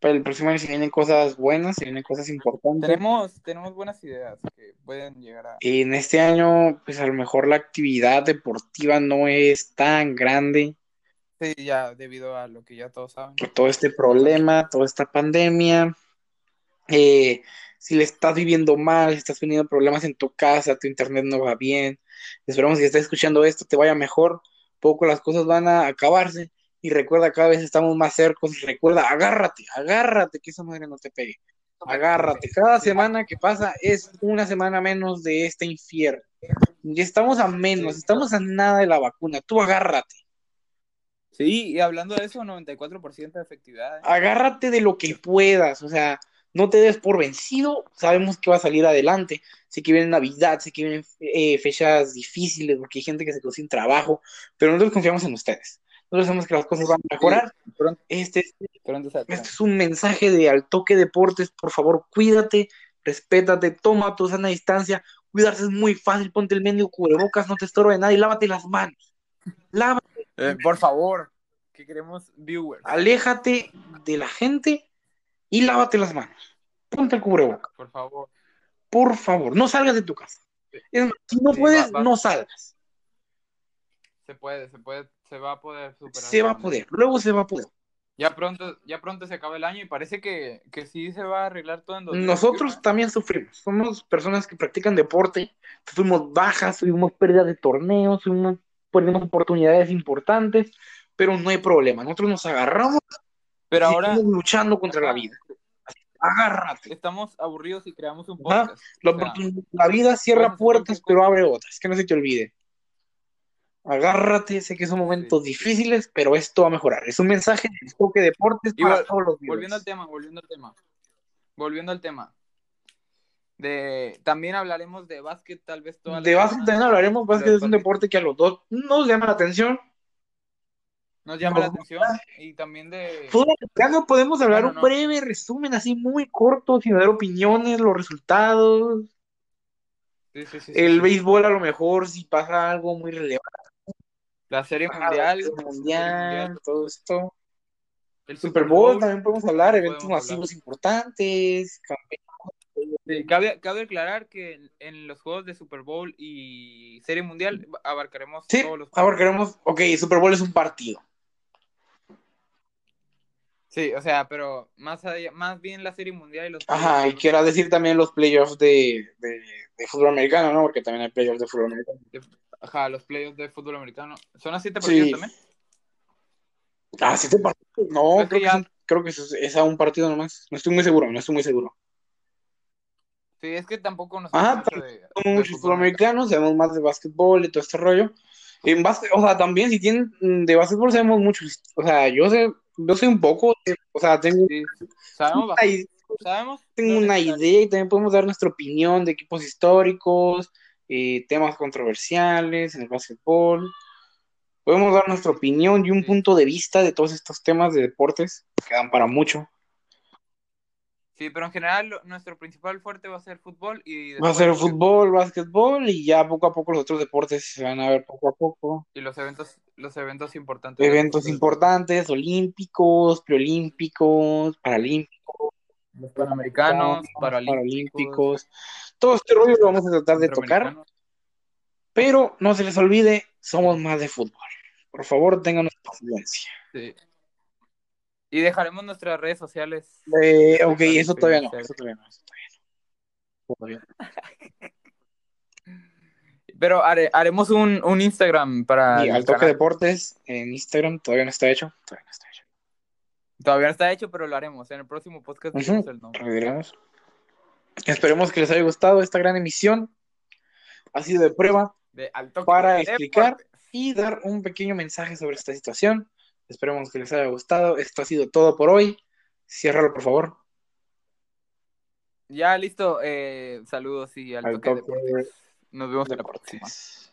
Para el próximo año se vienen cosas buenas, se vienen cosas importantes.
Tenemos, tenemos buenas ideas que pueden llegar a.
En este año, pues a lo mejor la actividad deportiva no es tan grande
Sí, ya debido a lo que ya todos saben.
por todo este problema, toda esta pandemia. Eh, si le estás viviendo mal, si estás teniendo problemas en tu casa, tu internet no va bien, esperamos que estés escuchando esto, te vaya mejor, poco las cosas van a acabarse y recuerda, cada vez estamos más cercos, recuerda, agárrate, agárrate, que esa madre no te pegue, agárrate, cada semana que pasa es una semana menos de este infierno, y estamos a menos, estamos a nada de la vacuna, tú agárrate.
Sí, y hablando de eso, 94% de efectividad. ¿eh?
agárrate de lo que puedas, o sea, no te des por vencido, sabemos que va a salir adelante, sé que viene Navidad, sé que vienen eh, fechas difíciles, porque hay gente que se quedó sin trabajo, pero nosotros confiamos en ustedes, nosotros sabemos que las cosas van a mejorar,
Pronto,
este, este
pronto se-
es un mensaje de Al Toque Deportes, por favor, cuídate, respétate, toma tu sana distancia, cuidarse es muy fácil, ponte el medio cubrebocas, no te estorbe nadie, lávate las manos, lávate
Eh, por favor, que queremos viewers.
aléjate de la gente y lávate las manos. Ponte el cubreboca,
Por favor.
por favor. No salgas de tu casa. Es más, si no
Sí,
puedes,
va- va.
no salgas.
Se puede, se puede, se va a poder superar.
Se va a
la
poder. Luego se va a poder.
Ya pronto, ya pronto se acaba el año y parece que, que sí se va a arreglar todo en 2021, ¿eh?
Nosotros también sufrimos. Somos personas que practican deporte. Tuvimos bajas, tuvimos pérdidas de torneos, tuvimos, perdimos oportunidades importantes, pero no hay problema. Nosotros nos agarramos
Pero
y
ahora
seguimos luchando contra la vida. Agárrate.
estamos aburridos y creamos un
Ajá.
podcast.
La,
O sea,
oportun- la vida cierra
bueno,
puertas,
cualquier
pero
cosa.
abre otras. Que no se te olvide. Agárrate, sé que son momentos difíciles, pero esto va a mejorar. Es un mensaje de toque deportes
Y
para
vol-
todos los viewers.
volviendo al tema, volviendo al tema. Volviendo al tema. De, también hablaremos de básquet, tal vez toda la
De básquet
semana.
también hablaremos. Básquet
Pero
es un
porque-
deporte que a los dos nos llama la atención.
Nos llama la
Nos
atención y también de...
Fútbol americano podemos hablar
Bueno,
un
no.
breve resumen, así muy corto, sin dar opiniones, los resultados.
sí, sí, sí, sí,
El
sí.
béisbol, a lo mejor, si pasa algo muy relevante.
La serie mundial,
Ah,
la
Mundial,
serie
mundial, todo esto.
el
Super Bowl, también podemos hablar,
también
eventos
podemos hablar.
masivos importantes, campe-
Sí, cabe, cabe aclarar que en, en los juegos de Super Bowl y Serie Mundial abarcaremos
Sí,
todos los
ahora ah, queremos, ok, Super Bowl es un partido.
Sí, o sea, pero más allá- más bien la Serie Mundial y los
Ajá, y quiero decir también los playoffs de, de, de fútbol americano, ¿no? Porque también hay playoffs de fútbol americano.
Ajá, los playoffs de fútbol americano. ¿Son así te
Sí.
también?
Ah, sí te partidos. No,
Es que
creo que,
Pues ya-
son- creo que eso es, es a un partido nomás. No estoy muy seguro, no estoy muy seguro.
Sí, es que tampoco nos
Ajá,
mucho de-
Somos
de
muchos
fútbol americano.
sudamericanos, sabemos más de básquetbol y todo este rollo. En básquet, o sea, también si tienen mm, de básquetbol sabemos mucho. O sea, yo sé, yo sé un poco, eh, o sea, tengo
Sí, sabemos,
una,
bastante,
i-
sabemos
tengo
lo
una
necesario.
idea y también podemos dar nuestra opinión de equipos históricos, eh, temas controversiales en el básquetbol. Podemos dar nuestra opinión y un
Sí.
punto de vista de todos estos temas de deportes que dan para mucho.
Sí, pero en general lo- nuestro principal fuerte va a ser fútbol y
Va a
después
ser
lo que-
fútbol, básquetbol y ya poco a poco los otros deportes se van a ver poco a poco.
y los eventos los eventos importantes. de
Eventos
fútbol.
importantes, olímpicos, preolímpicos, paralímpicos,
Los panamericanos, paralímpicos,
paralímpicos. Todo este rollo lo vamos a tratar de tocar,
centroamericanos.
pero no se les olvide, somos más de fútbol. Por favor, tengan paciencia.
Sí. Y dejaremos nuestras redes sociales.
Eh, ok,
Vale,
eso
sí,
todavía no,
sí.
eso todavía no, eso todavía no. Todavía no.
Pero hare- haremos un, un Instagram para.
Y
el
al toque
canal.
deportes en Instagram todavía no está hecho, todavía no está hecho.
Todavía no está hecho, pero lo haremos. En el próximo podcast
Ujú.
diremos el nombre.
Reviramos. Esperemos que les haya gustado esta gran emisión. Ha sido de prueba
De al toque
Para
de
explicar.
deportes.
y dar un pequeño mensaje sobre esta situación. Esperemos que les haya gustado. Esto ha sido todo por hoy. Ciérralo, por favor.
Ya listo. eh, saludos y al,
Al
toque, de
toque
deportes. Nos vemos en la próxima.
Deportes.